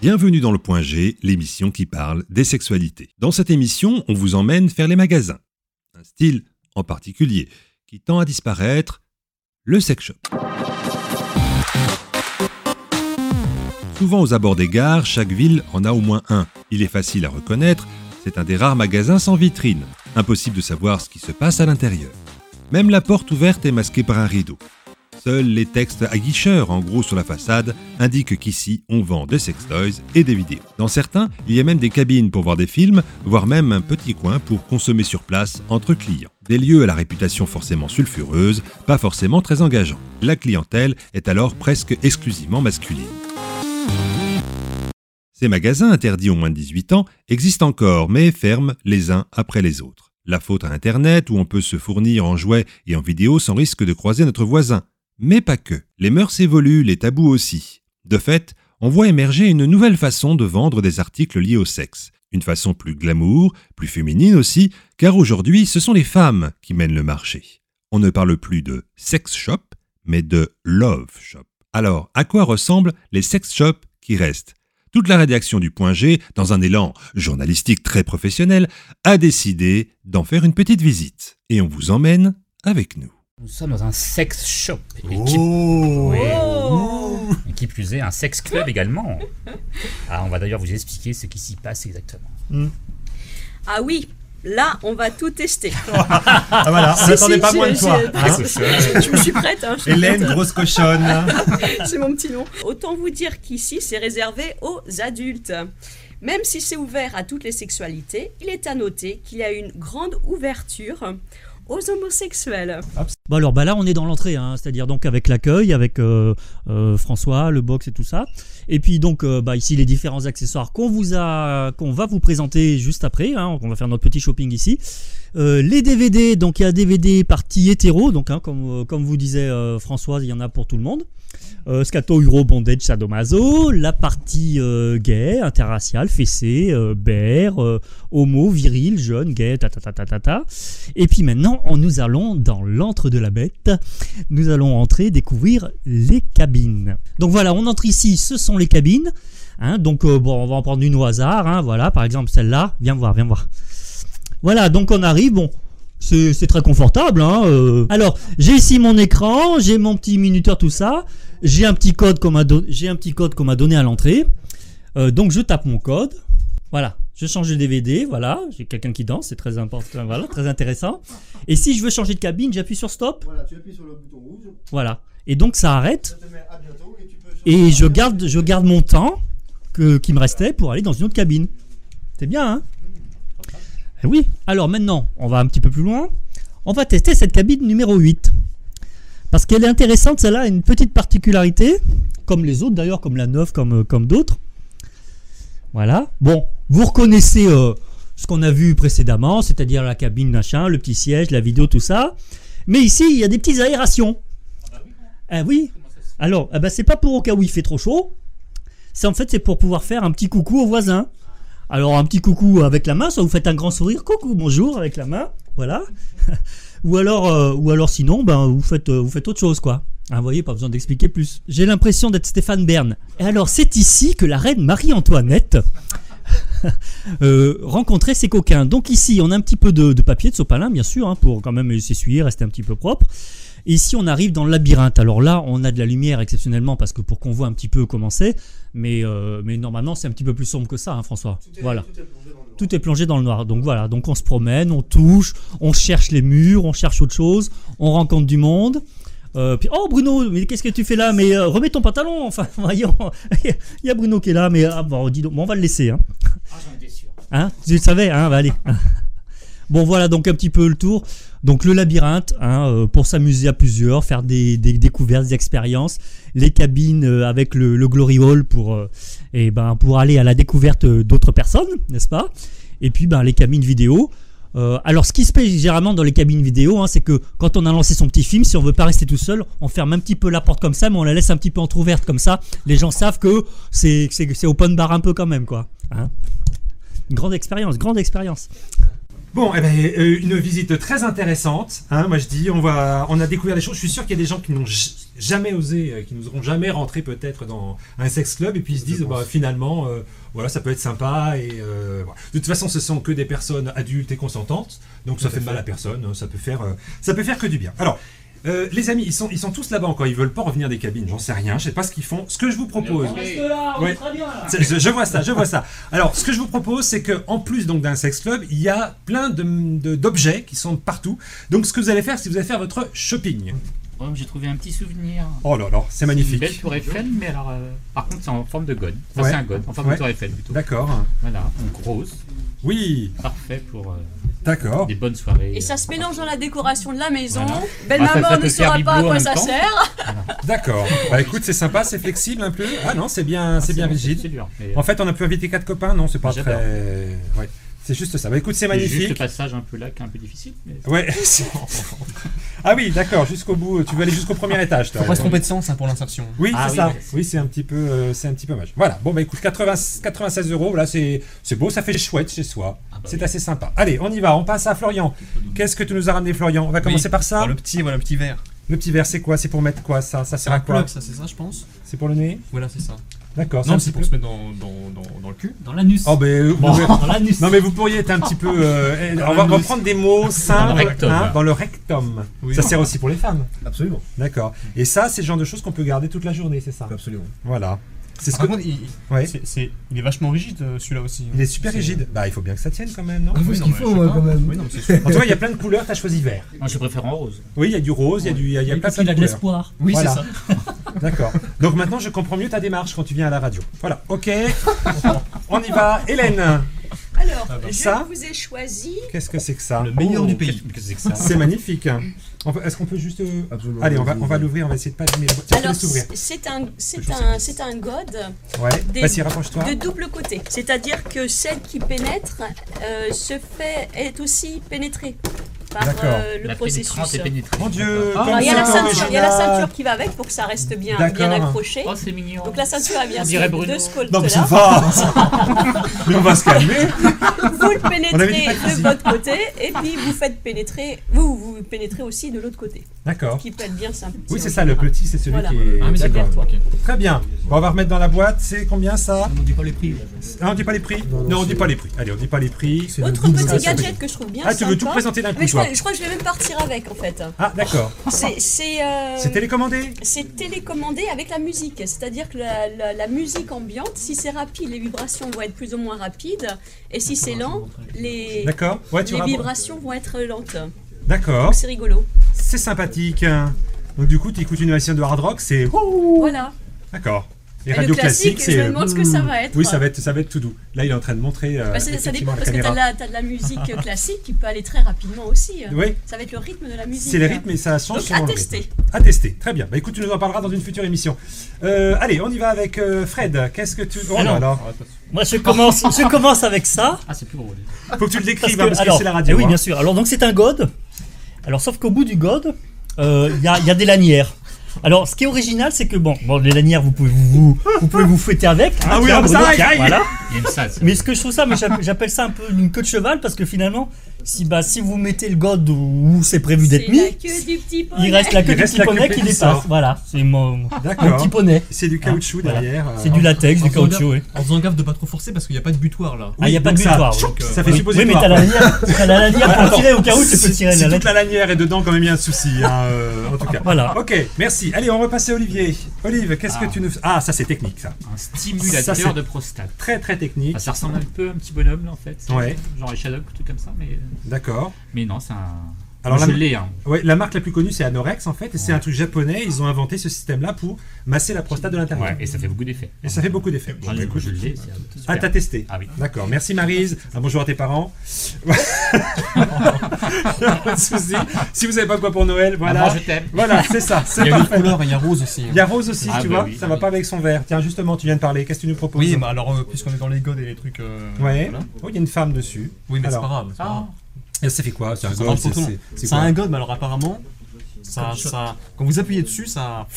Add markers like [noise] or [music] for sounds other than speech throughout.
Bienvenue dans le Point G, l'émission qui parle des sexualités. Dans cette émission, on vous emmène faire les magasins. Un style en particulier qui tend à disparaître, le sex shop. Souvent aux abords des gares, chaque ville en a au moins un. Il est facile à reconnaître, c'est un des rares magasins sans vitrine. Impossible de savoir ce qui se passe à l'intérieur. Même la porte ouverte est masquée par un rideau. Seuls les textes aguicheurs, en gros sur la façade, indiquent qu'ici on vend des sextoys et des vidéos. Dans certains, il y a même des cabines pour voir des films, voire même un petit coin pour consommer sur place entre clients. Des lieux à la réputation forcément sulfureuse, pas forcément très engageants. La clientèle est alors presque exclusivement masculine. Ces magasins interdits aux moins de 18 ans existent encore, mais ferment les uns après les autres. La faute à Internet, où on peut se fournir en jouets et en vidéos sans risque de croiser notre voisin. Mais pas que. Les mœurs évoluent, les tabous aussi. De fait, on voit émerger une nouvelle façon de vendre des articles liés au sexe. Une façon plus glamour, plus féminine aussi, car aujourd'hui, ce sont les femmes qui mènent le marché. On ne parle plus de sex shop, mais de love shop. Alors, à quoi ressemblent les sex shops qui restent Toute la rédaction du Point G, dans un élan journalistique très professionnel, a décidé d'en faire une petite visite. Et on vous emmène avec nous. Nous sommes dans un sex shop. Et qui, Oh Ouais. Oh et qui plus est, un sex club [laughs] également. Ah, on va d'ailleurs vous expliquer ce qui s'y passe exactement. Ah oui, là, on va tout tester. [laughs] Ah voilà, on Si, n'attendait si, pas j'ai- moins de toi. j'ai- hein. Je suis prête, hein, je suis Hélène, prête. grosse cochonne. [laughs] c'est mon petit nom. Autant vous dire qu'ici, c'est réservé aux adultes. Même si c'est ouvert à toutes les sexualités, il est à noter qu'il y a une grande ouverture aux homosexuels. Bon alors bah là on est dans l'entrée, hein, c'est-à-dire donc avec l'accueil, avec euh, euh, François, le box et tout ça. Et puis donc euh, bah, ici les différents accessoires qu'on vous a, qu'on va vous présenter juste après. Hein, on va faire notre petit shopping ici. Euh, les DVD, donc il y a DVD partie hétéro, donc hein, comme, euh, comme vous disait euh, Françoise, il y en a pour tout le monde. Euh, scato, Euro, Bondage, Sadomaso, la partie euh, gay, interraciale, fessé, euh, bear, euh, homo, viril, jeune, gay, ta ta ta ta ta ta. Et puis maintenant, on- nous allons dans l'antre de la bête. Nous allons entrer découvrir les cabines. Donc voilà, on entre ici, ce sont les cabines. Hein, donc euh, bon, on va en prendre une au hasard. hein, voilà, par exemple celle-là. Viens voir, viens voir. Voilà, donc on arrive. Bon, c'est c'est très confortable. hein, euh. Alors, j'ai ici mon écran, j'ai mon petit minuteur, tout ça. J'ai un petit code qu'on m'a don- j'ai un petit code qu'on m'a donné à l'entrée. Euh, donc je tape mon code. Voilà, je change de DVD, voilà, j'ai quelqu'un qui danse, c'est très important, voilà, très intéressant. Et si je veux changer de cabine, j'appuie sur stop, Voilà, tu appuies sur le bouton rouge, voilà. Et donc ça arrête ça te met à bientôt et tu peux. et je garde je garde mon temps que qui me restait pour aller dans une autre cabine. C'est bien hein Mmh. Eh Oui. Alors maintenant, on va un petit peu plus loin. On va tester cette cabine numéro 8. Parce qu'elle est intéressante, celle-là a une petite particularité, comme les autres d'ailleurs, comme la 9, comme, euh, comme d'autres. Voilà. Bon, vous reconnaissez euh, ce qu'on a vu précédemment, c'est-à-dire la cabine, machin, le petit siège, la vidéo, tout ça. Mais ici, il y a des petites aérations. Ah oui, alors, ah bah, c'est pas pour au cas où il fait trop chaud. C'est en fait c'est pour pouvoir faire un petit coucou aux voisins. Alors un petit coucou avec la main, soit vous faites un grand sourire, coucou, bonjour avec la main, voilà. [laughs] ou alors, euh, ou alors sinon, ben vous faites, euh, vous faites autre chose quoi. Hein, Vous voyez, pas besoin d'expliquer plus. J'ai l'impression d'être Stéphane Bern. Et alors c'est ici que la reine Marie-Antoinette euh, rencontrait ses coquins. Donc ici, on a un petit peu de, de papier, de sopalin bien sûr, hein, pour quand même s'essuyer, rester un petit peu propre. Et ici, on arrive dans le labyrinthe. Alors là, on a de la lumière exceptionnellement parce que pour qu'on voit un petit peu comment c'est. Mais, euh, mais normalement, c'est un petit peu plus sombre que ça, hein, François. voilà. Tout est plongé dans le noir. Donc voilà. Donc on se promène, on touche, on cherche les murs, on cherche autre chose, on rencontre du monde. Euh, puis, oh Bruno, mais qu'est-ce que tu fais là Mais euh, remets ton pantalon, enfin, [laughs] voyons. Il y a Bruno qui est là, mais ah, bon, dis donc, bon, on va le laisser. Hein. Ah, j'en étais sûr. Hein tu le savais, hein, va aller. [laughs] bon, voilà donc un petit peu le tour. Donc le labyrinthe, hein, euh, pour s'amuser à plusieurs, faire des, des découvertes, des expériences. Les cabines euh, avec le, le glory hall pour, euh, eh ben, pour aller à la découverte euh, d'autres personnes, n'est-ce pas Et puis ben, les cabines vidéo. Euh, alors ce qui se passe généralement dans les cabines vidéo, hein, c'est que quand on a lancé son petit film, si on veut pas rester tout seul, on ferme un petit peu la porte comme ça, mais on la laisse un petit peu entrouverte comme ça. Les gens savent que c'est c'est- c'est open bar un peu quand même, quoi. Hein. Grande expérience, grande expérience. Bon, eh ben, euh, une visite très intéressante. hein. moi, je dis, on va, on a découvert des choses. Je suis sûr qu'il y a des gens qui n'ont j- jamais osé, euh, qui n'oseront jamais rentrer peut-être dans un sex club, et puis ils se disent, bah, finalement, euh, voilà, ça peut être sympa. Et euh, voilà. de toute façon, ce sont que des personnes adultes et consentantes, donc ça fait de mal à personne. hein. Ça peut faire, euh, ça peut faire que du bien. Alors. euh, les amis, ils sont, ils sont tous là-bas encore, ils veulent pas revenir des cabines, j'en sais rien, je sais pas ce qu'ils font. Ce que je vous propose, là, on est Ouais. Ah, très bien c'est- Je, je vois ça, je vois ça. Alors, ce que je vous propose, c'est que en plus donc d'un sex club, il y a plein de- de- d'objets qui sont partout. Donc, ce que vous allez faire, c'est que vous allez faire votre shopping. Oh, j'ai trouvé un petit souvenir. Oh là là, c'est magnifique. Une belle tour Eiffel, mais alors, euh, par contre, c'est en forme de gone. Enfin, Ouais. c'est un gone, en forme Ouais. de tour Eiffel plutôt. D'accord. Voilà, donc grosse, Oui, parfait pour euh, d'accord. des bonnes soirées. Et ça se mélange dans la décoration de la maison. Voilà. Ben Ah, ça- maman ça ne peut faire saura bibelot pas à en quoi même ça temps. sert. D'accord. Bah écoute, c'est sympa, c'est flexible un peu. Ah non, c'est bien, c'est bien C'est rigide. dur. mais, En fait, on a pu inviter quatre copains. Non, c'est pas très. J'adore. Ouais. C'est juste ça. Bah écoute, c'est euh, c'est Juste le magnifique. passage un peu là qui est un peu difficile. Mais... Ouais. [laughs] ah oui, d'accord. Jusqu'au bout. Tu veux aller jusqu'au premier étage, toi. Faut pas se tromper de sens hein, pour l'insertion. Oui, Ah c'est oui, ça. ouais. Oui, c'est un petit peu, euh, c'est un petit peu moche. Voilà. Bon, bah écoute, 80 96 euros. Là, c'est, c'est beau, ça fait chouette chez soi. c'est assez sympa. Allez, on y va. On passe à Florian. Qu'est-ce que tu nous as ramené, Florian On va commencer par ça. Ah, Le... le petit, voilà, le petit verre. petit verre, c'est quoi C'est pour mettre quoi Ça, ça C'est sert à un quoi plug, ça, c'est ça, je pense. C'est pour le nez Voilà, c'est ça. D'accord. Non, un petit c'est pour peu- se mettre dans, dans, dans, dans le cul. Dans l'anus. Oh, ben, vous pouvez- Dans l'anus. Non mais vous pourriez être un petit peu. euh, eh, on va reprendre des mots simples. hein, Dans le rectum. dans le rectum. Oui. Ça sert aussi pour les femmes. Absolument. D'accord. Et ça, c'est le genre de choses qu'on peut garder toute la journée, c'est ça Absolument. Voilà. C'est ce Par que. contre, il, Ouais. c'est- c'est- il est vachement rigide euh, celui-là aussi. Il est super C'est- rigide. Bah, il faut bien que ça tienne quand [laughs] même, non Ah oui, ce non, qu'il mais faut, je sais moi, pas. quand même. Oui, non, mais c'est sûr. En tout cas, il y a plein de couleurs, t'as choisi vert. Moi, je préfère en rose. Oui, il y a du rose, il y a, du, il y a, il y a plein, Parce plein qu'il a de de couleurs. l'espoir. Oui, Voilà. c'est [laughs] ça. D'accord. Donc maintenant, je comprends mieux ta démarche quand tu viens à la radio. Voilà, [laughs] ok. On y va. Hélène, Alors, Ah, bah. je Ça vous ai choisi. qu'est-ce que c'est que ça Oh, Le meilleur du pays. Oh, [laughs] Qu'est-ce que c'est que ça C'est magnifique. On peut- Est-ce qu'on peut juste... euh, Absolument. Allez, on va, on va l'ouvrir, on va essayer de pas abîmer le... Tiens, Alors, laisse l'ouvrir. c'est c'est un, c'est un, c'est un god Ouais. des- Vas-y, rapproche-toi. de double côté. C'est-à-dire que celle qui pénètre euh, se fait est aussi pénétrée par D'accord. euh, le La pénétrante processus. et pénétrée. Mon Dieu, Ah, comme Alors, il y a c'est la ceinture, il y a la original. ceinture qui va avec pour que ça reste bien, D'accord. bien accroché. Oh, c'est mignon. Donc la ceinture est bien On dirait sûr Bruno. de ce Non, mais ça côté-là. va [laughs] Mais on va se calmer Vous le On avait dit pénétrez pas de de physique. votre côté et puis vous faites pénétrer, vous vous pénétrez aussi de l'autre côté, D'accord. qui peut être bien simple. Oui, c'est ça, le petit, c'est celui Voilà. qui est... Ah, mais c'est D'accord. bien, toi. Très bien. Bon, on va remettre dans la boîte. C'est combien ça On dit pas les prix. Ah, on dit pas les prix Non, on dit pas les prix. Allez, on dit pas les prix. Autre Ah, petit ça va. gadget que je trouve bien Ah, tu veux sympa. tout présenter d'un Mais coup, je toi crois, je crois que je vais même partir avec en [laughs] fait. Ah, d'accord. C'est c'est, euh, C'est télécommandé c'est télécommandé avec la musique, c'est-à-dire que la, la- la musique ambiante, si c'est rapide, les vibrations vont être plus ou moins rapides, et si c'est lent, les, D'accord. Ouais, tu les rapp- vibrations vont être lentes. Donc D'accord. c'est rigolo. C'est sympathique. Donc du coup, tu écoutes une version de hard rock, c'est Voilà. d'accord. Les Et radios le classique, classiques, je c'est hmm. me demande ce que ça va être. oui, ça va être ça va être tout doux. Là, il est en train de montrer. euh, Bah, c'est- ça dépend effectivement la parce que t'as de, caméra. la- t'as de la musique classique qui peut aller très rapidement aussi. Oui, Ça va être le rythme de la musique. c'est les rythmes et ça change Donc selon à le rythme. tester. À tester. Très bien. Bah écoute, tu nous en parleras dans une future émission. Euh, allez, on y va avec euh, Fred. Qu'est-ce que tu oh, Alors. alors, Moi, je commence, [laughs] je commence avec ça. Ah, c'est plus gros. faut que tu le euh, Parce décrives que, hein, parce que alors, c'est la radio. eh oui, hein. bien sûr. Alors, donc, c'est un god. Alors, sauf qu'au bout du god, euh, il y, a, il y a des lanières. Alors, ce qui est original, c'est que, bon, bon les lanières, vous pouvez vous, vous, vous pouvez vous fouetter avec. hein, Ah oui, tiens, ah, Bruno, ça, tiens, aïe, aïe. voilà. Il y a une salle. ça. Mais ce que je trouve ça, mais j'app- j'appelle ça un peu une queue de cheval parce que finalement, si, bah, si vous mettez le god où c'est prévu C'est d'être mis, la queue du petit poney. il reste la queue Il du reste petit la queue poney qui qui sort. dépasse. Voilà, c'est mon, mon D'accord. petit poney. C'est du caoutchouc voilà. derrière. C'est euh, du latex, du en faisant caoutchouc, oui. gaffe- En faisant gaffe de pas trop forcer parce qu'il n'y a pas de butoir là. Ah, il n'y a Oui, pas de donc ça- butoir. oui. Donc, euh, Ça fait Oui, supposer oui, mais t'as la [laughs] lanière, t'as la lanière pour tirer au cas où tu peux si, tirer si la toute la lanière est dedans, quand même, il y a un souci, hein, euh, en tout cas. Voilà. Ok, merci. Allez, on repasse à Olivier. Olive, qu'est-ce Ah. que tu nous... Ah, ça, c'est technique, ça. Un Ça, stimulateur c'est- de prostate. Très, très technique. Ah, ça ressemble un peu à un petit bonhomme là, en fait. C'est Ouais. Genre les Shadow, tout comme ça, mais, euh, D'accord. mais non, c'est un. Alors, Alors, je la- l'ai, hein. Ouais, la marque la plus connue, c'est Anorex, en fait. Et c'est Ouais. un truc japonais. Ils ont inventé ce système-là pour masser la prostate de l'intérieur. Ouais, et ça fait beaucoup d'effets. ah, Et ça fait beaucoup d'effets. Ah, Bon, bah, écoute, je l'ai, c'est super. Ah, t'as testé Ah oui. D'accord. Merci Marise. Un bonjour à tes [laughs] parents. Ouais. Pas de souci. Si vous n'avez pas quoi pour Noël, voilà. Maman, je t'aime. Voilà, c'est ça. Ah, Il C'est y a une parfait. couleur et il y a rose aussi. hein. Il y a Rose aussi, Ah tu bah vois. oui. ça va pas avec son verre. Tiens, justement, tu viens de parler. Qu'est-ce que tu nous proposes Oui, mais alors euh, puisqu'on est dans les godes et les trucs. euh, Ouais. voilà. Oh, il y a une femme dessus. Oui, mais c'est Alors. pas grave. c'est pas grave. Ah, Et ça fait quoi C'est un Ça gold, parle pour tout le monde. c'est C'est quoi un god, mais alors apparemment, ça, ça, quand vous appuyez dessus, ça,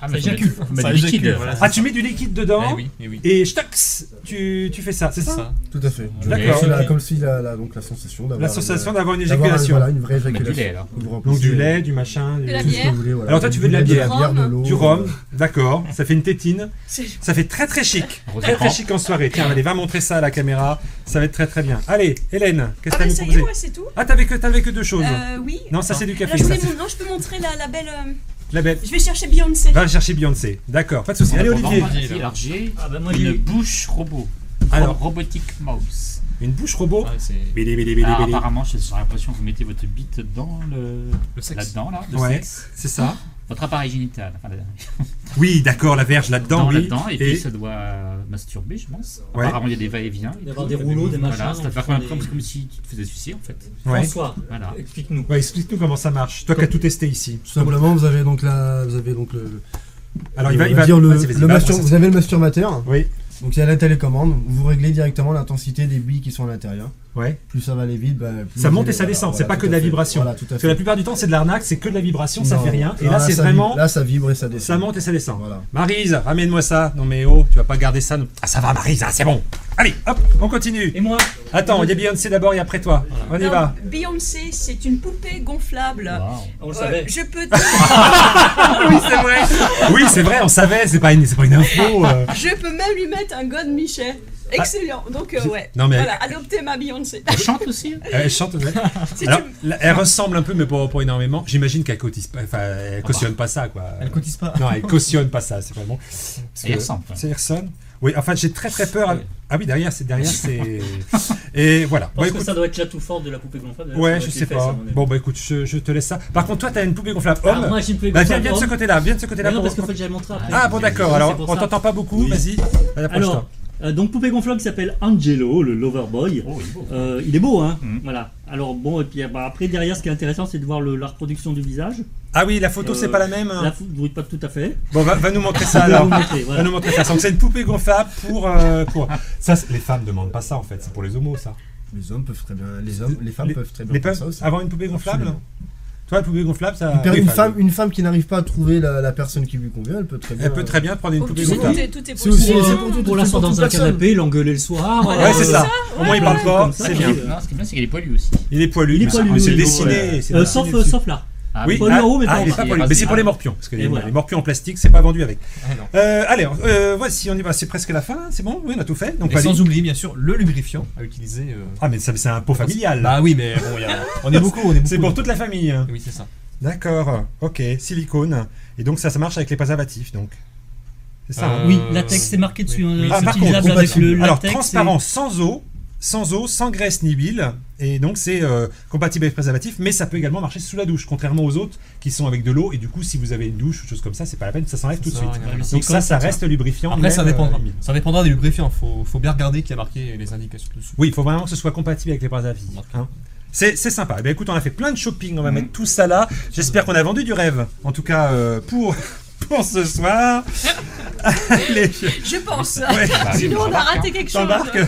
Ah, Ça mais faut mettre- éjacule. faut mettre Ça du liquide. éjacule, voilà. Ah, tu mets du liquide dedans Eh oui, eh oui. et tax, tu, tu fais ça, c'est C'est ça, ça. Tout à fait. D'accord. Comme si la- Comme si la, la- donc la sensation d'avoir. La une- sensation d'avoir une d'avoir un- éjaculation. Voilà, une vraie Faut mettre du lait éjaculation. alors. Vous Donc remplissez, du euh, lait, du machin, du, De la tout ce [laughs] que bière. vous voulez, voilà. Alors toi, tu Du veux de la lait, bière. de Rhum. l'eau. euh, du rhum. D'accord, ça fait une tétine. C'est- Ça fait très très chic. Rose Très très écran. chic en soirée. Tiens, allez, va montrer ça à la caméra. Ça va être très très bien. Allez, Hélène, qu'est-ce Ah que t'as ben nous ça y est, proposé ouais, c'est tout. Ah, t'avais que, t'avais que deux choses. Euh, oui. Non, ça c'est du Alors, café. je, Ça, voulais c'est mon- non, je peux montrer la, la belle. euh, la belle. Je vais chercher Beyoncé. Va chercher Beyoncé. D'accord, pas de souci. On Allez, va prendre Olivier. un petit là. Alors j'ai Ah bah moi une bouche robot. Alors. Alors, robotic mouse. Une bouche robot. Ouais, c'est Bélé, bélé, bélé, Alors, bélé. Ah, apparemment, j'ai j'ai l'impression que vous mettez votre bite dans le le sexe. là-dedans là, le Ouais. sexe. C'est ça. Votre appareil génital. Enfin, la- Oui, d'accord, la verge là-dedans. dans Oui. là-dedans, et, puis ça doit euh, masturber, je pense. Ouais. Apparemment, il y a des va-et-vient. et Il doit y avoir tout. des rouleaux, des Voilà, machins, ça on doit faire prend comme, des- comme- comme si tu te faisais sucer en fait. Ouais. Bah, François, [laughs] Voilà. explique-nous. Ouais, Explique-nous comment ça marche. Toi qui as tout testé ici. Tout simplement, vous avez donc la, vous avez donc le. Alors, le- il va, on il va dire le, vas-y, vas-y, le va, mastur- prends ça. Vous avez le masturbateur. Oui. Donc il y a la télécommande. où Vous réglez directement l'intensité des billes qui sont à l'intérieur. Ouais. Plus ça va aller vite, bah, plus Ça vous monte allez- et ça voilà, descend, voilà, c'est pas tout que à de la fait. vibration. Voilà, tout à Parce que la fait. plupart du temps, c'est de l'arnaque, c'est que de la vibration, ça Non. fait rien. Et Ah, là, c'est ça vibre- vraiment. Là, ça vibre et ça descend. Ça monte et ça descend. Voilà. Marise, ramène-moi ça. Non mais oh, tu vas pas garder ça. non. Ah ça va Marise, ah, c'est bon. Allez, hop, on continue. Et moi Attends, il y a Beyoncé d'abord et après toi. On y Non, va. Beyoncé, c'est une poupée gonflable. Waouh. On le Euh, savait. je peux [laughs] te- Oui, c'est vrai. [laughs] oui, c'est vrai, on savait, c'est pas une, c'est pas une Ah. info. euh. je peux même lui mettre un god Michel. Ah. Excellent. Donc euh, Je- ouais. Non, mais- Voilà, adoptez ma Beyoncé. Elle chante aussi hein Elle chante. ouais. [laughs] Si tu Alors, me- là, elle ressemble un peu, mais pas, pas énormément. J'imagine qu'elle cotise pas, enfin, Ah bah. elle cautionne pas ça, quoi. Elle cotise pas. Non, elle cautionne pas ça, c'est pas bon. Elle y ressemble. ouais. Ça y ressemble. Oui, enfin, j'ai très très peur. à- Ah oui, derrière, c'est derrière, [laughs] c'est. Et voilà. Bon, Parce que écoute, ça doit être la tout forte de la poupée gonflable. d'ailleurs, Ouais, ça doit je être sais les fesses, à pas. mon avis. Bon, bah écoute, je, je te laisse ça. Par contre, toi, t'as une poupée gonflable homme. Ah, moi, j'ai une poupée Bah, viens, gonflable viens de ce homme. côté-là, viens de ce côté-là. Ah non, pour- parce qu'il faut que j'aille montrer après. Ah bon, d'accord, C'est alors pour on ça. t'entend pas beaucoup, Oui. vas-y. Allez, approche-toi. Alors, euh, donc poupée gonflable qui s'appelle Angelo, le lover boy. Oh, il est beau. Euh, il est beau, hein Mm. Mhm. Voilà. Alors bon, et puis euh, bah, après derrière, ce qui est intéressant, c'est de voir le- la reproduction du visage. Ah oui, la photo, c'est Euh, pas la même. hein. La foudre brûle pas tout à fait. Bon, va, va nous montrer [laughs] ça Je vais alors. vous montrer, voilà. Va nous montrer ça. Donc, c'est une poupée gonflable pour. euh, pour... Ça, c'est- les femmes demandent pas ça en fait, c'est pour les homos ça. Les hommes peuvent très bien. Les hommes, les femmes Les- peuvent très bien. Les faire peuvent Ah, ça aussi. avoir une poupée gonflable Absolument. Toi, la poupée gonflable, ça. Une per- Oui, une enfin, femme, une femme qui n'arrive pas à trouver la, la personne qui lui convient, elle peut très bien. Elle peut très bien prendre une euh, Oh, poupée tu sais, tout gonflable. est, tout est C'est aussi- possible. c'est pour tout- Pour tout- la tout- sortir toute dans un personne. canapé, l'engueuler le soir. Ouais, c'est euh, ça. Au moins, il parle pas, Comme ça, c'est il bien. est- Non, ce qui est bien, c'est qu'il est poilu aussi. Il est poilu, Il est Ah, mais poilu, c'est- c'est il est beau, dessiné. ouais. c'est Euh, dessiné sauf, dessus. sauf là. Ah, Oui, Poilu ah, en haut, mais ah, pas en il est bas. pas Il est poilu. pas Mais c'est poilu. pour les morpions, parce que les, Et voilà. les morpions en plastique, c'est pas vendu avec. Ah, non. Euh, allez, euh, voici, on y va. C'est presque la fin, c'est bon Oui, on a tout fait. Donc, Et allez. sans oublier bien sûr le lubrifiant à utiliser. euh, Ah, mais ça- c'est un pot familial. Bah oui, mais bon, il y a- on est beaucoup, on est beaucoup. c'est pour toute la famille. hein. Oui, c'est ça. D'accord, ok, silicone. Et donc ça, ça marche avec les préservatifs, donc. C'est ça. hein. Euh, Oui, latex, c'est marqué dessus. oui. hein, Ah, c'est par contre, utilisable avec compatible. le latex. Alors, et- transparent, sans eau, sans eau, sans graisse ni bile. Et donc c'est euh, compatible avec préservatif, mais ça peut également marcher sous la douche, contrairement aux autres qui sont avec de l'eau. Et du coup, si vous avez une douche ou chose comme ça, c'est pas la peine, ça s'enlève tout de Ça, suite. rien à voir. Donc ça, ça reste lubrifiant. Après, ça même, dépendra. euh, bile. Ça dépendra des lubrifiants. Faut, faut bien regarder qui a marqué les indications dessus. Oui, il faut vraiment que ce soit compatible avec les préservatifs. hein. C'est c'est sympa. Eh bien, écoute, on a fait plein de shopping, on va mettre tout ça là. J'espère qu'on a vendu du rêve, en tout cas euh, pour, [laughs] pour ce [laughs] soir. Allez, je- Je pense. ouais. Bah, Sinon, on a raté quelque chose. T'embarques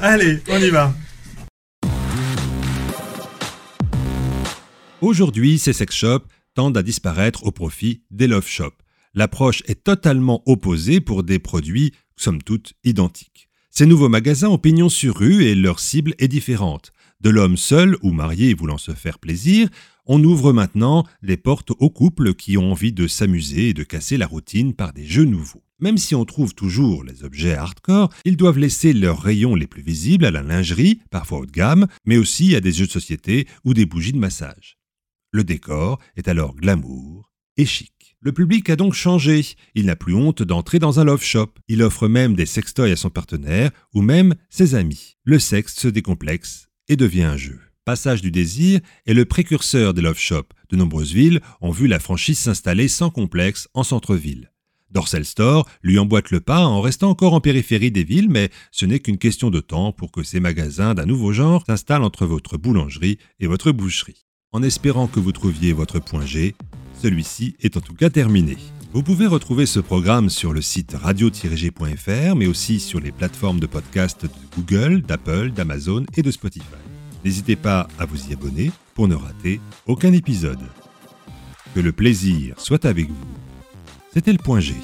Allez, on y va. Aujourd'hui, ces sex shops tendent à disparaître au profit des love shops. L'approche est totalement opposée pour des produits, somme toute, identiques. Ces nouveaux magasins ont pignon sur rue et leur cible est différente. De l'homme seul ou marié voulant se faire plaisir, on ouvre maintenant les portes aux couples qui ont envie de s'amuser et de casser la routine par des jeux nouveaux. Même si on trouve toujours les objets hardcore, ils doivent laisser leurs rayons les plus visibles à la lingerie, parfois haut de gamme, mais aussi à des jeux de société ou des bougies de massage. Le décor est alors glamour et chic. Le public a donc changé. Il n'a plus honte d'entrer dans un love shop. Il offre même des sextoys à son partenaire ou même ses amis. Le sexe se décomplexe et devient un jeu. Passage du désir est le précurseur des love shops. De nombreuses villes ont vu la franchise s'installer sans complexe en centre-ville. Dorsal Store lui emboîte le pas en restant encore en périphérie des villes, mais ce n'est qu'une question de temps pour que ces magasins d'un nouveau genre s'installent entre votre boulangerie et votre boucherie en espérant que vous trouviez votre point G. Celui-ci est en tout cas terminé. Vous pouvez retrouver ce programme sur le site radio-g.fr, mais aussi sur les plateformes de podcast de Google, d'Apple, d'Amazon et de Spotify. N'hésitez pas à vous y abonner pour ne rater aucun épisode. Que le plaisir soit avec vous C'était le point G.